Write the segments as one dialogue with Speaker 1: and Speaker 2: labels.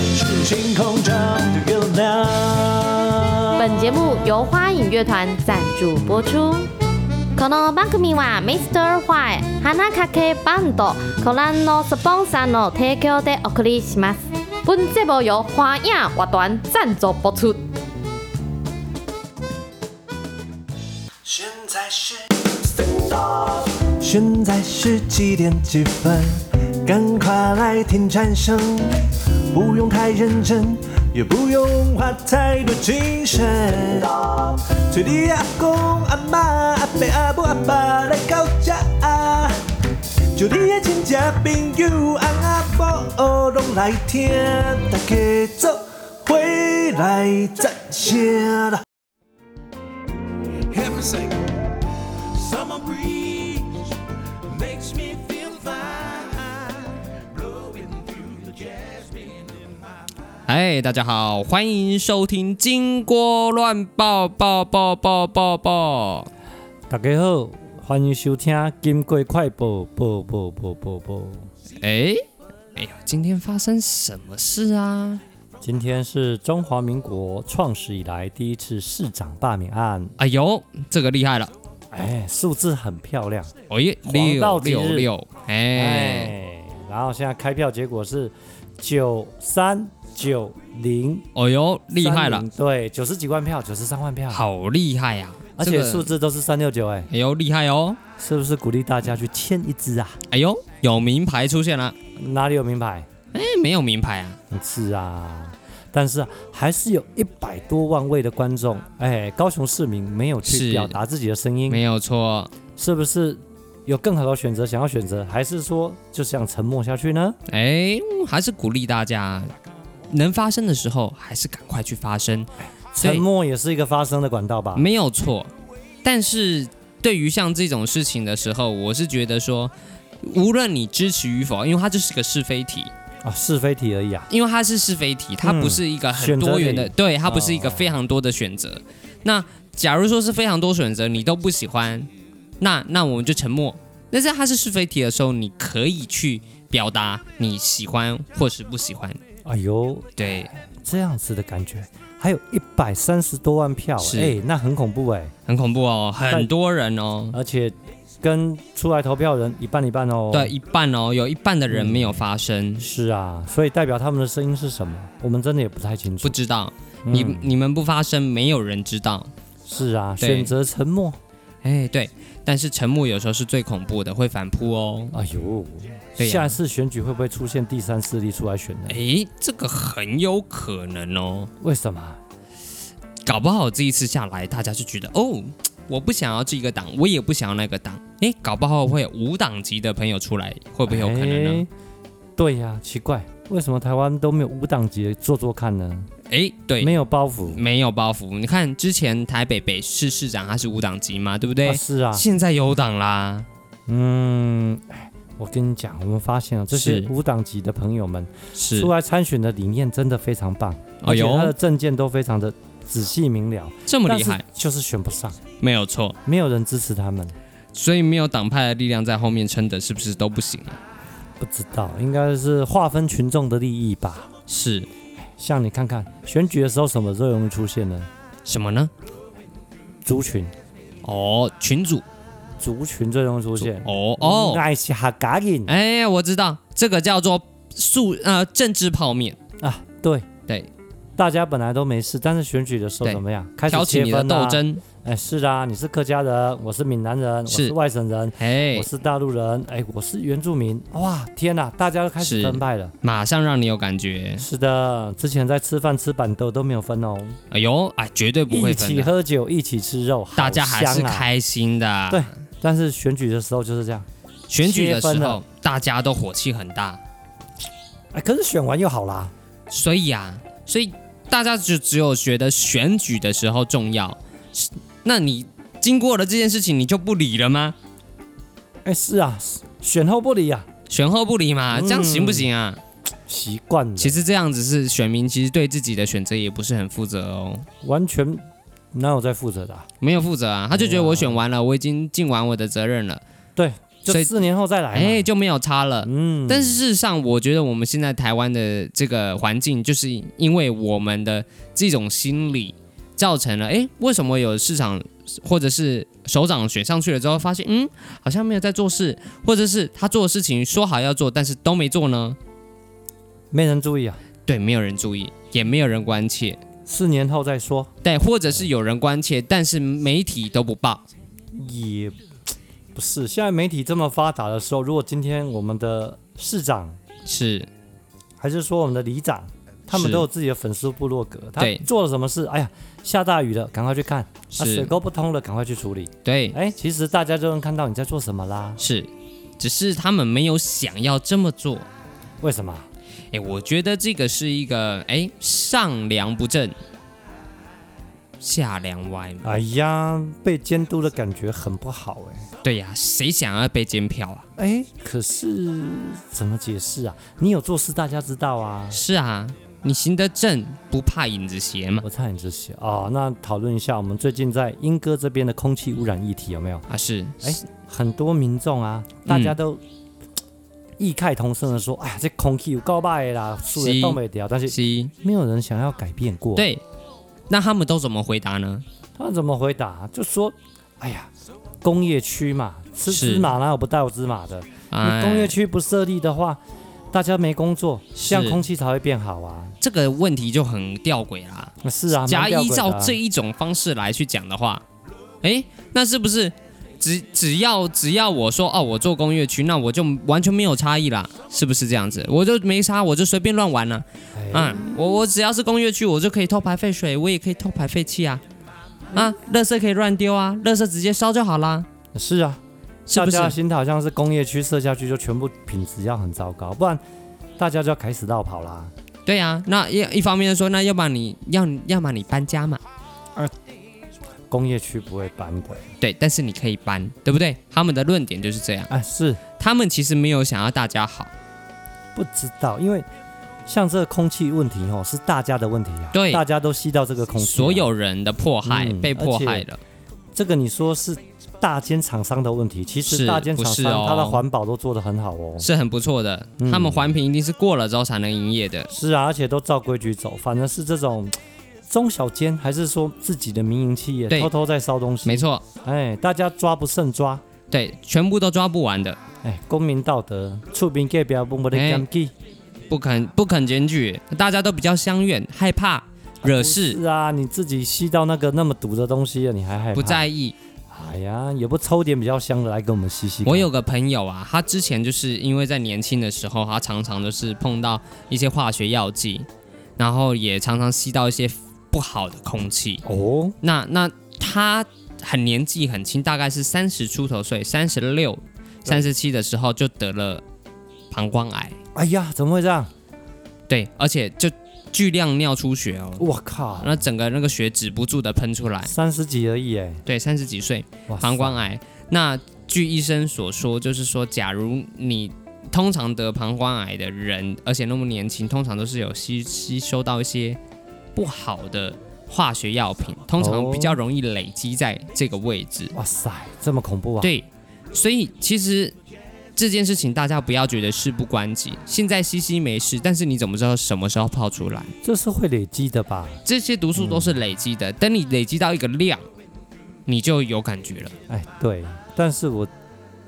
Speaker 1: 星空 jump together now。
Speaker 2: 本节目由花影乐团赞助播出。この番組は Mr. White 花かけバンドコランのスポンサーの提供でお送りします。本节目由花影乐团赞助播出。
Speaker 1: 现在是现在是几点几分？赶快来听蝉声，不用太认真，也不用花太多精神。催你阿公阿妈阿伯阿母阿爸来到这，就你的亲戚朋友阿阿婆拢来听，大家做伙来赞声啦！
Speaker 3: Heaven sing. Summer breeze makes me feel fine. Blowing through the jasmine in my
Speaker 4: 嗨，哎大家好，欢迎收听《金锅乱爆爆爆爆爆爆》。
Speaker 5: 大家好，欢迎收听《金贵快报》报报报报报。
Speaker 4: 哎，哎呦，今天发生什么事啊？
Speaker 5: 今天是中华民国创始以来第一次市长罢免案，
Speaker 4: 哎呦，这个厉害了！
Speaker 5: 哎，数字很漂亮，
Speaker 4: 哎，
Speaker 5: 黄
Speaker 4: 六
Speaker 5: 道吉
Speaker 4: 六
Speaker 5: 日
Speaker 4: 六，哎，
Speaker 5: 哎，然后现在开票结果是九三九零，
Speaker 4: 哎呦，厉害了，
Speaker 5: 对，九十几万票，九十三万票，，
Speaker 4: 好厉害呀、
Speaker 5: 而
Speaker 4: 这
Speaker 5: 且
Speaker 4: 个
Speaker 5: 数字都是三六九，哎，
Speaker 4: 哎呦，厉害哦！
Speaker 5: 是不是鼓励大家去签一支啊？
Speaker 4: 哎呦，有名牌出现了，
Speaker 5: 哪里有名牌？
Speaker 4: 哎，没有名牌啊，
Speaker 5: 是啊，但是啊，还是有一百多万位的观众，哎，高雄市民没有
Speaker 4: 是
Speaker 5: 去表达自己的声音，
Speaker 4: 没有错。
Speaker 5: 是不是有更好的选择想要选择，还是说就想沉默下去呢？
Speaker 4: 哎，还是鼓励大家，能发声的时候还是赶快去发声。所以
Speaker 5: 沉默也是一个发声的管道吧？
Speaker 4: 没有错。但是对于像这种事情的时候，我是觉得说，无论你支持与否，因为它就是个是非题，
Speaker 5: 啊，是非题而已啊。
Speaker 4: 因为它是是非题，它
Speaker 5: 嗯
Speaker 4: 不是一个很多元的，
Speaker 5: 选择题
Speaker 4: 对，它不是一个
Speaker 5: 哦
Speaker 4: 非常多的选择。那假如说是非常多选择，你都不喜欢，那那我们就沉默。但是它是是非题的时候，你可以去表达你喜欢或是不喜欢。
Speaker 5: 哎呦，
Speaker 4: 对，
Speaker 5: 这样子的感觉，还有一百三十多万票，
Speaker 4: 是
Speaker 5: 哎，那很恐怖哎、
Speaker 4: 很恐怖哦，很多人哦，
Speaker 5: 而且跟出来投票人一半一半哦。嗯
Speaker 4: 对，，一半哦，有一半的人没有发声。
Speaker 5: 是啊，所以代表他们的声音是什么，我们真的也不太清楚
Speaker 4: 不。知道，你
Speaker 5: 嗯
Speaker 4: 你们不发声，没有人知道。
Speaker 5: 是啊，
Speaker 4: 对
Speaker 5: 选择沉默。
Speaker 4: 哎，对，但是沉默有时候是最恐怖的，会反扑哦。
Speaker 5: 哎呦，
Speaker 4: 对呀
Speaker 5: 下次选举会不会出现第三势力出来选呢？
Speaker 4: 哎，这个很有可能哦，
Speaker 5: 为什么？
Speaker 4: 搞不好这一次下来，大家就觉得哦，我不想要这个党，我也不想要那个党。哎，搞不好会有无党籍的朋友出来，会
Speaker 5: 会
Speaker 4: 不会有可能呢？
Speaker 5: 哎对呀、奇怪，为什么台湾都没有无党籍做做看呢？
Speaker 4: 哎，对，
Speaker 5: 没有包袱。
Speaker 4: 没有包袱。你看之前台北北市市长他是无党籍嘛，对不对？
Speaker 5: 啊是啊，
Speaker 4: 现在有党啦，
Speaker 5: 嗯，哎我跟你讲，我们发现了这些
Speaker 4: 是
Speaker 5: 无党籍的朋友们
Speaker 4: 是
Speaker 5: 出，来参选的理念真的非常棒，
Speaker 4: 哎
Speaker 5: 而且他的
Speaker 4: 呦，
Speaker 5: 政见都非常的仔细明了，
Speaker 4: 这么
Speaker 5: 但
Speaker 4: 厉
Speaker 5: 是
Speaker 4: 害，
Speaker 5: 就是选不上，
Speaker 4: 没有错。
Speaker 5: 没有人支持他们。
Speaker 4: 所以没有党派的力量在后面撑的，是不是都不行啊？
Speaker 5: 不知道，应该是划分群众的利益吧。
Speaker 4: 是
Speaker 5: 像你看看选举的时候，什么最容易出现呢？
Speaker 4: 什么呢？
Speaker 5: 族群，
Speaker 4: 哦，群主
Speaker 5: 族群最容易出现。
Speaker 4: 哦哦，
Speaker 5: 爱是哈嘎因
Speaker 4: 哎，我知道，这个叫做素呃政治泡面，
Speaker 5: 啊，对
Speaker 4: 哎对，
Speaker 5: 大家本来都没事，但是选举的时候
Speaker 4: 对
Speaker 5: 怎么样？开始
Speaker 4: 挑起
Speaker 5: 切
Speaker 4: 你的
Speaker 5: 分啊
Speaker 4: 斗。争，
Speaker 5: 哎，是啊，你是客家人，我是闽南人，我
Speaker 4: 是
Speaker 5: 是外省人，
Speaker 4: 哎
Speaker 5: 我，是大陆人，哎，我是原住民。哇，天哪，大家都开始
Speaker 4: 是
Speaker 5: 分派了。
Speaker 4: 马上让你有感觉，
Speaker 5: 是的，之前在吃饭吃板豆都没有分哦，
Speaker 4: 哎呦，哎，绝对不会
Speaker 5: 一
Speaker 4: 分
Speaker 5: 起
Speaker 4: 的，
Speaker 5: 喝酒，一起吃肉，
Speaker 4: 大家还是
Speaker 5: 好香啊。
Speaker 4: 开心的。
Speaker 5: 对，但是选举的时候就是这样，
Speaker 4: 选举的
Speaker 5: 切
Speaker 4: 时
Speaker 5: 分
Speaker 4: 候
Speaker 5: 了
Speaker 4: 大家都火气很大，
Speaker 5: 哎，可是选完又好啦。
Speaker 4: 所以啊，所以大家就只有觉得选举的时候重要，是那你经过了这件事情，你就不理了吗？
Speaker 5: 哎，是啊，选后不理啊，
Speaker 4: 选后不理嘛，
Speaker 5: 嗯
Speaker 4: 这样行不行啊？
Speaker 5: 习惯了，
Speaker 4: 其实这样子是选民其实对自己的选择也不是很负责哦，
Speaker 5: 完全哪有在负责的啊、
Speaker 4: 没有负责啊，他就觉得我选完了，我已经尽完我的责任了。
Speaker 5: 对，就
Speaker 4: 所以
Speaker 5: 四年后再来嘛。
Speaker 4: 哎，就没有差了。
Speaker 5: 嗯，
Speaker 4: 但是事实上，我觉得我们现在台湾的这个环境，就是因为我们的这种心理，造成了哎，为什么有市场或者是首长选上去了之后，发现嗯，好像没有在做事，或者是他做的事情说好要做，但是都没做呢？
Speaker 5: 没人注意啊，
Speaker 4: 对，没有人注意，也没有人关切，
Speaker 5: 四年后再说
Speaker 4: 对，或者是有人关切，但是媒体都不报。
Speaker 5: 也不是。现在媒体这么发达的时候，如果今天我们的市长
Speaker 4: 是
Speaker 5: 还是说我们的里长，他们
Speaker 4: 是
Speaker 5: 都有自己的粉丝部落格，他
Speaker 4: 对
Speaker 5: 做了什么事，哎呀，下大雨了，赶快去看；啊，水
Speaker 4: 是，
Speaker 5: 沟不通了，赶快去处理。
Speaker 4: 对，
Speaker 5: 哎，其实大家就能看到你在做什么啦。
Speaker 4: 是，只是他们没有想要这么做。
Speaker 5: 为什么？
Speaker 4: 哎，我觉得这个是一个哎上梁不正下梁歪嘛。
Speaker 5: 哎呀，被监督的感觉很不好哎、
Speaker 4: 对呀、谁想要被监票啊？
Speaker 5: 哎，可是怎么解释啊？你有做事，大家知道啊。
Speaker 4: 是啊，你行得正不怕影子斜嘛。
Speaker 5: 我差点这些哦。那讨论一下，我们最近在英歌这边的空气污染议题有没有？
Speaker 4: 啊是，
Speaker 5: 哎很多民众啊，
Speaker 4: 嗯
Speaker 5: 大家都异态同声的说：“哎呀，这空气有够歹的啦，树也
Speaker 4: 是
Speaker 5: 动不掉。”但是
Speaker 4: 是，
Speaker 5: 没有人想要改变过。，
Speaker 4: 对。那他们都怎么回答呢？
Speaker 5: 他怎么回答？就说：“哎呀，工业区嘛，吃
Speaker 4: 是
Speaker 5: 芝麻哪有不掉芝麻的？你工业
Speaker 4: 哎，
Speaker 5: 区不设立的话，大家没工作，
Speaker 4: 是
Speaker 5: 这样空气才会变好啊。
Speaker 4: 这个问题就很吊诡啦。
Speaker 5: 那是啊，
Speaker 4: 假
Speaker 5: 蛮吊
Speaker 4: 依
Speaker 5: 诡的啊
Speaker 4: 照这一种方式来去讲的话，哎，那是不是只只要只要我说哦，我做工业区，那我就完全没有差异啦，是不是这样子？我就没差，我就随便乱玩了、
Speaker 5: 哎
Speaker 4: 嗯，我我只要是工业区，我就可以偷排废水，我也可以偷排废气啊，啊，垃圾可以乱丢啊，垃圾直接烧就好啦，
Speaker 5: 是啊，
Speaker 4: 是不
Speaker 5: 大家的
Speaker 4: 是？
Speaker 5: 心态好像是工业区设下去就全部品质要很糟糕，不然大家就要开始绕跑啦。
Speaker 4: 对啊，那一一方面说，那要不然你要要么你搬家嘛，
Speaker 5: 工业区不会搬的，
Speaker 4: 对，但是你可以搬，对不对？他们的论点啊就是这样，
Speaker 5: 哎，是
Speaker 4: 他们其实没有想要大家好，
Speaker 5: 不知道，因为像这个空气问题哦，是大家的问题啊，
Speaker 4: 对
Speaker 5: 大家都吸到这个空气啊、
Speaker 4: 所有人的迫害、
Speaker 5: 嗯
Speaker 4: 被迫害了，
Speaker 5: 这个你说是大间厂商的问题，其
Speaker 4: 是
Speaker 5: 实大间厂
Speaker 4: 不是
Speaker 5: 商
Speaker 4: 哦
Speaker 5: 它的环保都做得很好哦。
Speaker 4: 是很不错的。
Speaker 5: 嗯
Speaker 4: 他们环评一定是过了之后才能营业的，
Speaker 5: 是啊，而且都照规矩走，反正是这种中小间，还是说自己的民营企业
Speaker 4: 对
Speaker 5: 偷偷在烧东西，
Speaker 4: 没，错，
Speaker 5: 哎，大家抓不胜抓，
Speaker 4: 对，全部都抓不完的，
Speaker 5: 哎，公民道德，出兵给表不不得
Speaker 4: 哎
Speaker 5: 禁忌，
Speaker 4: 不肯不肯检举，大家都比较相怨，害怕惹事，
Speaker 5: 是啊，你自己吸到那个那么毒的东西了，啊你还害怕？
Speaker 4: 不在意。
Speaker 5: 哎呀，也不抽点比较香的来给我们吸吸看。
Speaker 4: 我有个朋友啊，他之前就是因为在年轻的时候，他常常就是碰到一些化学药剂，然后也常常吸到一些不好的空气。
Speaker 5: 哦，
Speaker 4: 那那他很年纪很轻，大概是三十出头岁，三十六、三十七的时候就得了膀胱癌，
Speaker 5: 哎呀，怎么会这样？
Speaker 4: 对，而且就巨量尿出血哦，
Speaker 5: 我靠，
Speaker 4: 那整个那个血止不住的喷出来，
Speaker 5: 三十几而已哎，
Speaker 4: 对，三十几岁
Speaker 5: 哇塞
Speaker 4: 膀胱癌。那据医生所说，就是说，假如你通常得膀胱癌的人，而且那么年轻，通常都是有吸吸收到一些不好的化学药品，通常
Speaker 5: 哦
Speaker 4: 比较容易累积在这个位置。
Speaker 5: 哇塞，这么恐怖啊！，
Speaker 4: 对，所以其实这件事情大家不要觉得事不关己。现在吸吸没事，但是你怎么知道什么时候泡出来？
Speaker 5: 这是会累积的吧？
Speaker 4: 这些毒素都
Speaker 5: 嗯
Speaker 4: 是累积的，等你累积到一个量，你就有感觉了。
Speaker 5: 哎，对，但是我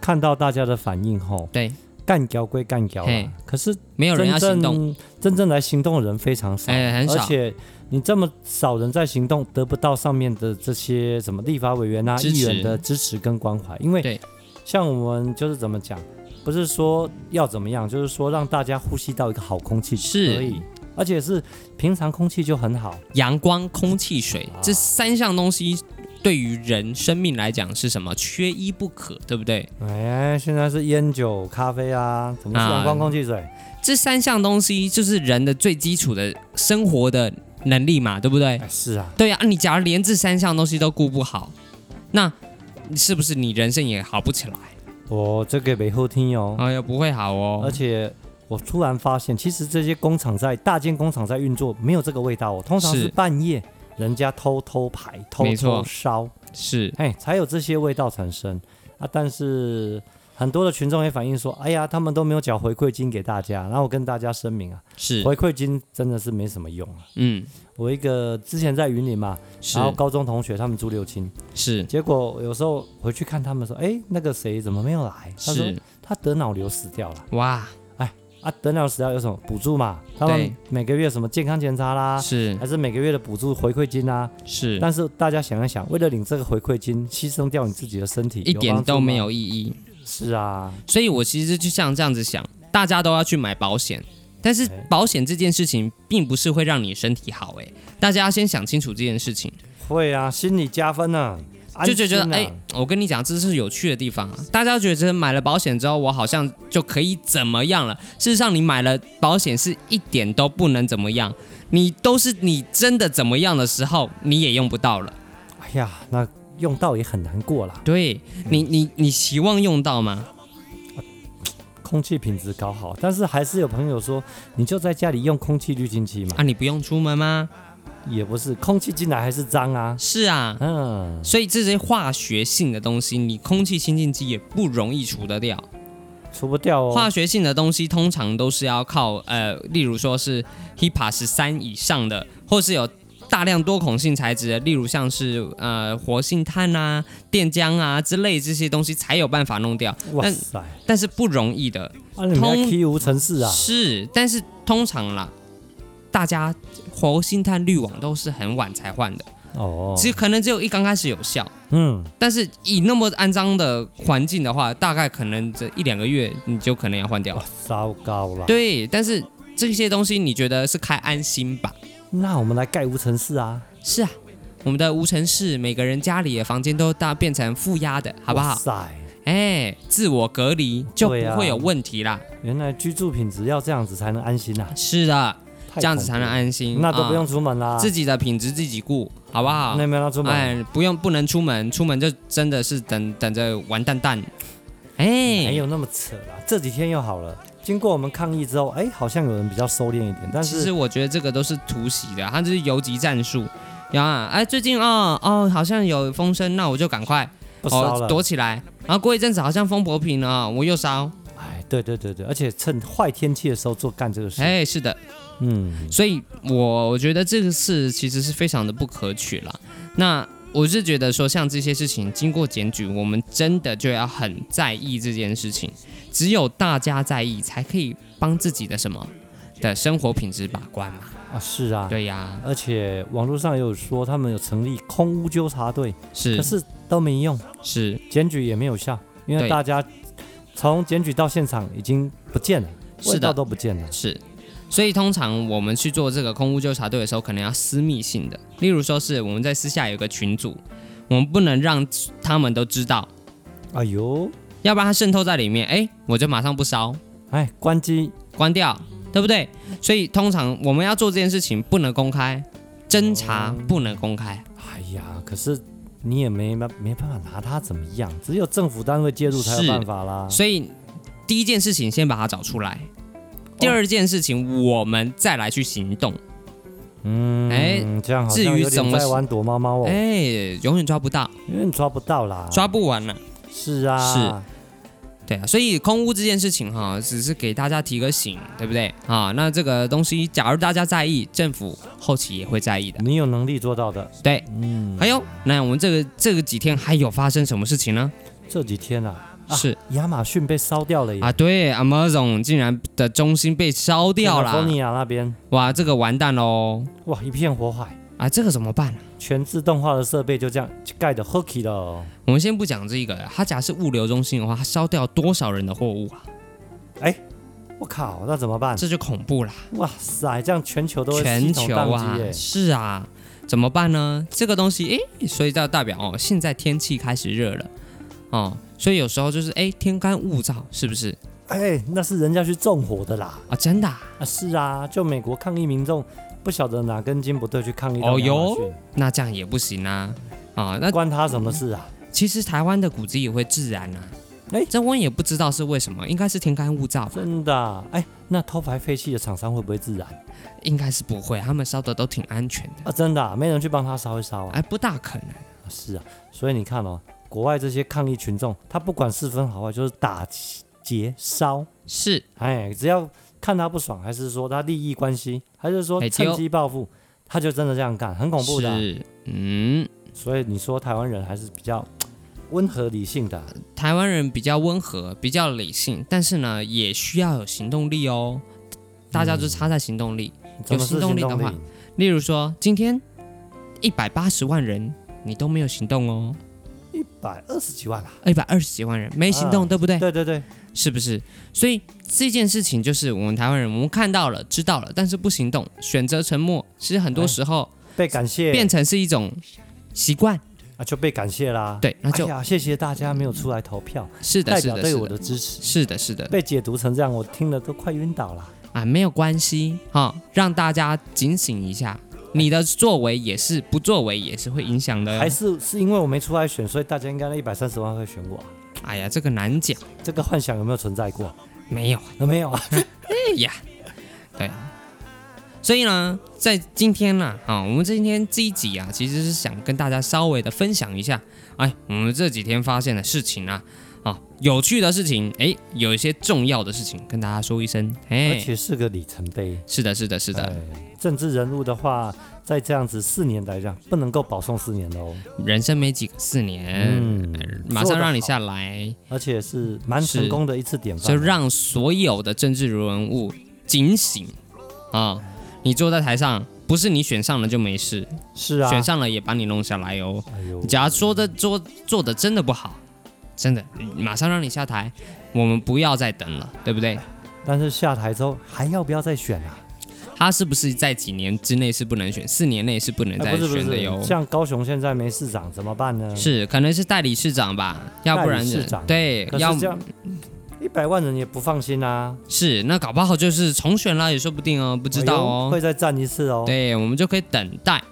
Speaker 5: 看到大家的反应后，
Speaker 4: 对，
Speaker 5: 干嚼归干嚼
Speaker 4: 嘿
Speaker 5: 啊，可是
Speaker 4: 没有人要
Speaker 5: 真
Speaker 4: 行动，
Speaker 5: 正真正来行动的人非常少，
Speaker 4: 哎很少
Speaker 5: 而且你这么少人在行动，得不到上面的这些什么立法委员啊、
Speaker 4: 支持
Speaker 5: 议员的支持跟关怀，因为
Speaker 4: 对
Speaker 5: 像我们就是怎么讲，不是说要怎么样，就是说让大家呼吸到一个好空气
Speaker 4: 是
Speaker 5: 可以，而且是平常空气就很好，
Speaker 4: 阳光、空气、水
Speaker 5: 啊
Speaker 4: 这三项东西。对于人生命来讲是什么？缺一不可，对不对？
Speaker 5: 哎，现在是烟酒、咖啡啊，怎么
Speaker 4: 啊
Speaker 5: 是阳光、空气、水？
Speaker 4: 这三项东西就是人的最基础的生活的能力嘛，对不对？
Speaker 5: 哎，是啊，
Speaker 4: 对呀、啊，你假如连这三项东西都顾不好，那是不是你人生也好不起来？
Speaker 5: 我这个没后听哦。
Speaker 4: 哎呀，不会好
Speaker 5: 而
Speaker 4: 哦。
Speaker 5: 且我突然发现，其实这些工厂在大间工厂在运作，没有这个味道哦。通常
Speaker 4: 是
Speaker 5: 是半夜人家偷偷排、偷
Speaker 4: 没错
Speaker 5: 偷烧，
Speaker 4: 是
Speaker 5: 哎，才有这些味道产生啊。但是很多的群众也反映说，哎呀，他们都没有缴回馈金给大家。然后我跟大家声明啊，
Speaker 4: 是，
Speaker 5: 回馈金真的是没什么用啊。
Speaker 4: 嗯，
Speaker 5: 我一个之前在云林嘛，
Speaker 4: 是
Speaker 5: 然后高中同学他们住六轻，
Speaker 4: 是
Speaker 5: 结果有时候回去看他们说，哎，那个谁怎么没有来？他说
Speaker 4: 是，
Speaker 5: 他得脑瘤死掉了
Speaker 4: 哇，
Speaker 5: 啊，得脑瘤死掉有什么补助嘛？他
Speaker 4: 对
Speaker 5: 们每个月什么健康检查啦，
Speaker 4: 是
Speaker 5: 还是每个月的补助回馈金啊？
Speaker 4: 是，
Speaker 5: 但是大家想一想，为了领这个回馈金，牺牲掉你自己的身体，
Speaker 4: 一点都没
Speaker 5: 帮
Speaker 4: 有意义。
Speaker 5: 助吗。是啊，
Speaker 4: 所以我其实就像这样子想，大家都要去买保险，但是
Speaker 5: 哎
Speaker 4: 保险这件事情并不是会让你身体好，哎，大家要先想清楚这件事情，
Speaker 5: 会啊，心理加分啊，安
Speaker 4: 就就觉得
Speaker 5: 心啊
Speaker 4: 哎、我跟你讲，这是有趣的地方啊，大家觉得买了保险之后，我好像就可以怎么样了，事实上你买了保险是一点都不能怎么样，你都是你真的怎么样的时候，你也用不到了。
Speaker 5: 哎呀，那用到也很难过啦。
Speaker 4: 对你，你你期望用到吗？
Speaker 5: 空气品质搞好，但是还是有朋友说，你就在家里用空气滤净器嘛，
Speaker 4: 啊，你不用出门吗？
Speaker 5: 也不是，空气进来还是脏啊。
Speaker 4: 是啊，
Speaker 5: 嗯，
Speaker 4: 所以这些化学性的东西，你空气清净机也不容易除得掉。
Speaker 5: 除不掉
Speaker 4: 化
Speaker 5: 哦。
Speaker 4: 学性的东西通常都是要靠呃，例如说是 HEPA 十三以上的，或是有大量多孔性材质的，例如像是呃活性炭啊、电浆啊之类这些东西才有办法弄掉，
Speaker 5: 哇
Speaker 4: 但
Speaker 5: 塞，
Speaker 4: 但是不容易的。
Speaker 5: 啊，你们
Speaker 4: 通
Speaker 5: 在 K 无城市啊？
Speaker 4: 是，但是通常啦，大家活性炭滤网都是很晚才换的，
Speaker 5: 哦，
Speaker 4: 只可能只有一刚开始有效。
Speaker 5: 嗯，
Speaker 4: 但是以那么肮脏的环境的话，大概可能这一两个月你就可能要换掉
Speaker 5: 哇
Speaker 4: 了。，
Speaker 5: 糟糕了。
Speaker 4: 对，但是这些东西你觉得是开安心吧？
Speaker 5: 那我们来盖无尘室啊，
Speaker 4: 是啊，我们的无尘室，每个人家里的房间都大变成负压的，好不
Speaker 5: 哇
Speaker 4: 好？
Speaker 5: 塞，
Speaker 4: 哎，自我隔离就
Speaker 5: 对啊
Speaker 4: 不会有问题啦。
Speaker 5: 原来居住品质要这样子才能安心啊，
Speaker 4: 是的，哦
Speaker 5: 太
Speaker 4: 这样子才能
Speaker 5: 恐
Speaker 4: 安心
Speaker 5: 怖。了那都不用
Speaker 4: 啊
Speaker 5: 出门啦，
Speaker 4: 自己的品质自己顾，好不好
Speaker 5: 那？有没有要出门？
Speaker 4: 哎，不用不能出门，出门就真的是等等着完蛋蛋。哎，
Speaker 5: 没有那么扯啦，这几天又好了。经过我们抗议之后，哎，好像有人比较收敛一点，但
Speaker 4: 其实
Speaker 5: 是
Speaker 4: 我觉得这个都是突袭的，它就是游击战术。呀，哎，最近哦哦，好像有风声，那我就赶快
Speaker 5: 不烧
Speaker 4: 哦
Speaker 5: 了。
Speaker 4: 躲起来。然后过一阵子好像风薄平了，哦我又烧。
Speaker 5: 哎，对对对对，而且趁坏天气的时候做干这个事，
Speaker 4: 哎，是的，
Speaker 5: 嗯，
Speaker 4: 所以我我觉得这个事其实是非常的不可取啦。那我是觉得说，像这些事情经过检举，我们真的就要很在意这件事情。只有大家在意，才可以帮自己的什么的生活品质把关嘛。
Speaker 5: 啊是啊，
Speaker 4: 对呀、
Speaker 5: 而且网络上也有说他们有成立空屋纠察队，
Speaker 4: 是
Speaker 5: 可是都没用，
Speaker 4: 是
Speaker 5: 检举也没有效，因为
Speaker 4: 对
Speaker 5: 大家从检举到现场已经不见了，
Speaker 4: 是
Speaker 5: 味道
Speaker 4: 的，
Speaker 5: 都不见了。
Speaker 4: 是。所以通常我们去做这个空屋纠察队的时候，可能要私密性的，例如说是我们在私下有个群组，我们不能让他们都知道，
Speaker 5: 哎呦，
Speaker 4: 要不然它渗透在里面，哎，我就马上不烧，
Speaker 5: 哎，关机
Speaker 4: 关掉，对不对？所以通常我们要做这件事情不能公开，侦查不能公开，
Speaker 5: 哎呀，可是你也没办没办法拿他怎么样，只有政府单位介入才
Speaker 4: 是
Speaker 5: 有办法啦。
Speaker 4: 所以第一件事情先把它找出来，第二件事情我们再来去行动。
Speaker 5: 嗯，
Speaker 4: 哎
Speaker 5: 这样好
Speaker 4: 至
Speaker 5: 像
Speaker 4: 于
Speaker 5: 有
Speaker 4: 怎
Speaker 5: 点
Speaker 4: 么
Speaker 5: 在玩躲猫猫哦，
Speaker 4: 哎，永远抓不到，
Speaker 5: 因为你抓不到啦。
Speaker 4: 抓不完了、
Speaker 5: 是啊，
Speaker 4: 是对啊，所以空屋这件事情哈，只是给大家提个醒，对不对啊？那这个东西，假如大家在意，政府后期也会在意的。
Speaker 5: 你有能力做到的。
Speaker 4: 对，
Speaker 5: 嗯，
Speaker 4: 还有，那我们这个这个几天还有发生什么事情呢？
Speaker 5: 这几天啊，啊
Speaker 4: 是
Speaker 5: 亚马逊被烧掉了耶，
Speaker 4: 啊，对，Amazon 竟然的中心被烧掉
Speaker 5: 佛
Speaker 4: 了，
Speaker 5: 尼亚那边，
Speaker 4: 哇，这个完蛋喽！
Speaker 5: 哇，一片火海，
Speaker 4: 啊，这个怎么办、
Speaker 5: 全自动化的设备就这样盖的 hooky 了哦。
Speaker 4: 我们先不讲这个，它假设物流中心的话，它烧掉多少人的货物啊？
Speaker 5: 我靠，那怎么办？
Speaker 4: 这就恐怖啦！
Speaker 5: 哇塞，这样全球都会系
Speaker 4: 全
Speaker 5: 统
Speaker 4: 球
Speaker 5: 宕
Speaker 4: 啊
Speaker 5: 机，耶。
Speaker 4: 是啊，怎么办呢？这个东西，诶，所以就代表哦，现在天气开始热了，哦，所以有时候就是诶，天干物燥，是不是
Speaker 5: 哎，那是人家去纵火的啦。
Speaker 4: 啊？真的啊、
Speaker 5: 啊，是啊，就美国抗议民众不晓得哪根筋不对去抗议到
Speaker 4: 哦
Speaker 5: 亚马
Speaker 4: 哟
Speaker 5: 逊
Speaker 4: 那这样也不行啊，啊，那
Speaker 5: 关他什么事啊？
Speaker 4: 其实台湾的古迹也会自燃啊。
Speaker 5: 诶
Speaker 4: 这我也不知道是为什么，应该是天干物燥吧？
Speaker 5: 真的啊、哎，那偷排废气的厂商会不会自燃
Speaker 4: 应该是不会，他们烧的都挺安全的。哎
Speaker 5: 啊？真的啊、没人去帮他烧一烧啊？
Speaker 4: 哎，不大可能。
Speaker 5: 是啊，所以你看哦，国外这些抗议群众，他不管是分好坏，就是打劫烧，
Speaker 4: 是
Speaker 5: 哎，只要看他不爽，还是说他利益关系，还是说
Speaker 4: 哎
Speaker 5: 趁
Speaker 4: 丢
Speaker 5: 机报复，他就真的这样干，很恐怖的啊、
Speaker 4: 是，嗯，
Speaker 5: 所以你说台湾人还是比较温和理性的啊，
Speaker 4: 台湾人比较温和，比较理性，但是呢，也需要有行动力哦。大家就差在行动力。
Speaker 5: 怎么是
Speaker 4: 有行动
Speaker 5: 行
Speaker 4: 力的
Speaker 5: 动
Speaker 4: 话
Speaker 5: 力？
Speaker 4: 例如说，今天一百八十万人，你都没有行动哦，
Speaker 5: 一百二十几万吧、
Speaker 4: 一百二十几万人没行动，
Speaker 5: 啊
Speaker 4: 对不对？
Speaker 5: 对对对，
Speaker 4: 是不是？所以这件事情就是我们台湾人，我们看到了、知道了，但是不行动，选择沉默。其实很
Speaker 5: 哎
Speaker 4: 多时候
Speaker 5: 被感谢
Speaker 4: 变成是一种习惯。
Speaker 5: 啊，就被感谢啦。
Speaker 4: 对那就
Speaker 5: 哎呀，谢谢大家没有出来投票，
Speaker 4: 是的，
Speaker 5: 代
Speaker 4: 是
Speaker 5: 表
Speaker 4: 的，
Speaker 5: 对
Speaker 4: 是
Speaker 5: 我
Speaker 4: 的，
Speaker 5: 的支持。
Speaker 4: 是的，是的。
Speaker 5: 被解读成这样，我听了都快晕倒了。
Speaker 4: 啊，没有关系哈、让大家警醒一下，你的作为也是，不作为也是会影响的哦。
Speaker 5: 还是是因为我没出来选，所以大家应该那一百三十万会选我啊、
Speaker 4: 哎呀，这个难讲，
Speaker 5: 这个幻想有没有存在过？
Speaker 4: 没有啊。
Speaker 5: 有没有啊？
Speaker 4: 哎呀，对啊。所以呢，在今天呢、啊，我们今天这一集啊，其实是想跟大家稍微的分享一下，哎，我们这几天发现的事情啊，啊，有趣的事情，哎，有一些重要的事情跟大家说一声，
Speaker 5: 而
Speaker 4: 哎，
Speaker 5: 且是个里程碑。
Speaker 4: 是的，是的，是的，
Speaker 5: 哎政治人物的话，在这样子四年来讲，不能够保送四年的哦。
Speaker 4: 人生没几个四年，
Speaker 5: 嗯
Speaker 4: 马上让你下，来，
Speaker 5: 做得好而且是蛮成功的一次典范。
Speaker 4: 就让所有的政治人物警醒啊！你坐在台上，不是你选上了就没事，
Speaker 5: 是啊，
Speaker 4: 选上了也把你弄下来哦。
Speaker 5: 哎呦，
Speaker 4: 假如说的做做的真的不好，真的马上让你下台，我们不要再等了，对不对？
Speaker 5: 但是下台之后还要不要再选啊？
Speaker 4: 他是不是在几年之内是不能选，四年内是不能
Speaker 5: 哎
Speaker 4: 再
Speaker 5: 不是不
Speaker 4: 选的哟
Speaker 5: 是，？像高雄现在没市长怎么办呢？，
Speaker 4: 是，可能是代理市长吧，要不然
Speaker 5: 代理市长
Speaker 4: 对，
Speaker 5: 可
Speaker 4: 要
Speaker 5: 是这样一百万人也不放心啊，
Speaker 4: 是那搞不好就是重选了也说不定哦，不知道
Speaker 5: 哎
Speaker 4: 哦
Speaker 5: 呦。会再战一次哦。
Speaker 4: 对，我们就可以等待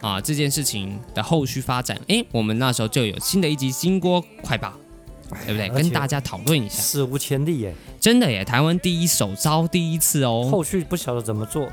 Speaker 4: 啊这件事情的后续发展。诶，我们那时候就有新的一集《金锅快报》，对不对？
Speaker 5: 而
Speaker 4: 跟
Speaker 5: 且
Speaker 4: 大家讨论一下。
Speaker 5: 史无前例耶，
Speaker 4: 真的耶，台湾第一首招第一次哦，
Speaker 5: 后续不晓得怎么做，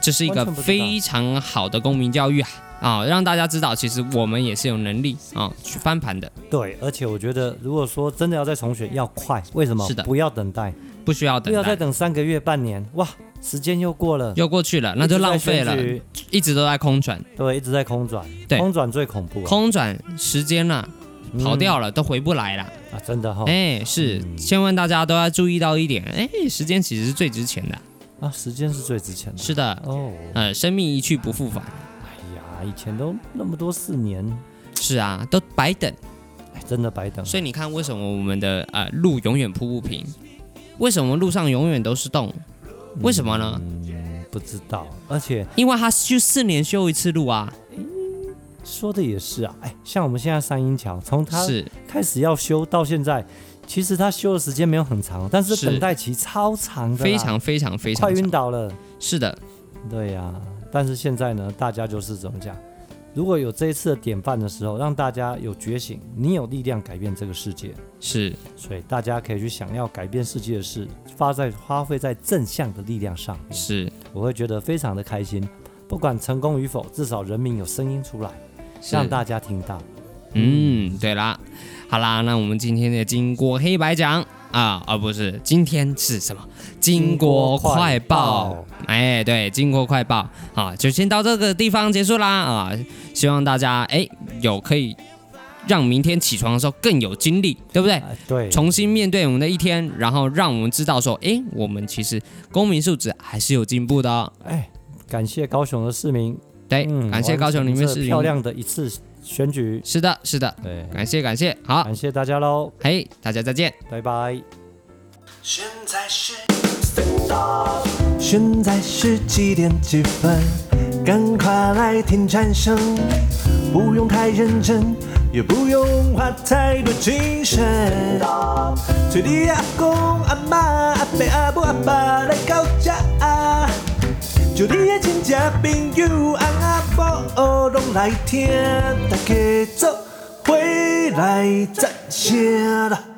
Speaker 4: 这是一个
Speaker 5: 完全不知道
Speaker 4: 非常好的公民教育啊啊，让大家知道其实我们也是有能力啊去翻盘的，
Speaker 5: 对，而且我觉得，如果说真的要再重选，要快，为什么？
Speaker 4: 是的
Speaker 5: 不要等待，
Speaker 4: 不需要
Speaker 5: 不
Speaker 4: 等
Speaker 5: 要再
Speaker 4: 待。
Speaker 5: 等三个月、半年，哇，时间又过了，
Speaker 4: 又过去了，那就浪费了
Speaker 5: 一直在，选举
Speaker 4: 一直都在空转，
Speaker 5: 对，一直在空转，
Speaker 4: 对
Speaker 5: 空转最恐怖、啊，
Speaker 4: 空转时间了、
Speaker 5: 嗯
Speaker 4: 跑掉了，都回不来了。
Speaker 5: 啊，真的哈、
Speaker 4: 哎、是，千万大家都要注意到一点，哎、时间其实是最值钱的。
Speaker 5: 啊，时间是最值钱的，
Speaker 4: 是的，
Speaker 5: 哦，
Speaker 4: 呃，生命一去不复返。
Speaker 5: 哎呀，以前都那么多四年，
Speaker 4: 是啊，都白等。
Speaker 5: 哎，真的白等，
Speaker 4: 所以你看，为什么我们的呃路永远铺不平？为什么路上永远都是洞？为什么呢？
Speaker 5: 嗯，不知道，而且
Speaker 4: 因为它就四年修一次路啊。
Speaker 5: 说的也是啊，哎，像我们现在三英桥，从它
Speaker 4: 是
Speaker 5: 开始要修到现在，其实它修的时间没有很长，但是
Speaker 4: 是
Speaker 5: 等待期超长的啦，
Speaker 4: 非常非常非
Speaker 5: 快
Speaker 4: 常
Speaker 5: 晕
Speaker 4: 长。
Speaker 5: 倒了。
Speaker 4: 是的，
Speaker 5: 对呀、但是现在呢，大家就是怎么讲？如果有这一次的典范的时候，让大家有觉醒，你有力量改变这个世界，
Speaker 4: 是
Speaker 5: 所以大家可以去想要改变世界的事，发在花费在正向的力量上，
Speaker 4: 是
Speaker 5: 我会觉得非常的开心。不管成功与否，至少人民有声音出来，
Speaker 4: 是。
Speaker 5: 让大家听到。
Speaker 4: 嗯，对啦，好啦，那我们今天的金锅黑白讲啊，而、不是今天是什么金锅快
Speaker 5: 金
Speaker 4: 报
Speaker 5: 锅？
Speaker 4: 哎，对，金锅快报啊，就先到这个地方结束啦啊，希望大家哎有可以让明天起床的时候更有精力，对不对？
Speaker 5: 哎，对，
Speaker 4: 重新面对我们的一天，然后让我们知道说，哎，我们其实公民素质还是有进步的哦。
Speaker 5: 哎，感谢高雄的市民，嗯
Speaker 4: 对，哎感谢高雄里面
Speaker 5: 是
Speaker 4: 是
Speaker 5: 漂，亮的一次选举，
Speaker 4: 是的，是的，
Speaker 5: 对，
Speaker 4: 感谢感谢，好，
Speaker 5: 感谢大家喽，
Speaker 4: 嘿，大家再见。
Speaker 5: 拜拜。
Speaker 1: 现在是现在是几点几分？赶快来听蝉声，不用太认真，也不用花太多精神。催你阿公阿妈阿伯阿母阿爸来到家，就你的亲戚朋友阿阿婆拢来听，大家做回来赞声啦。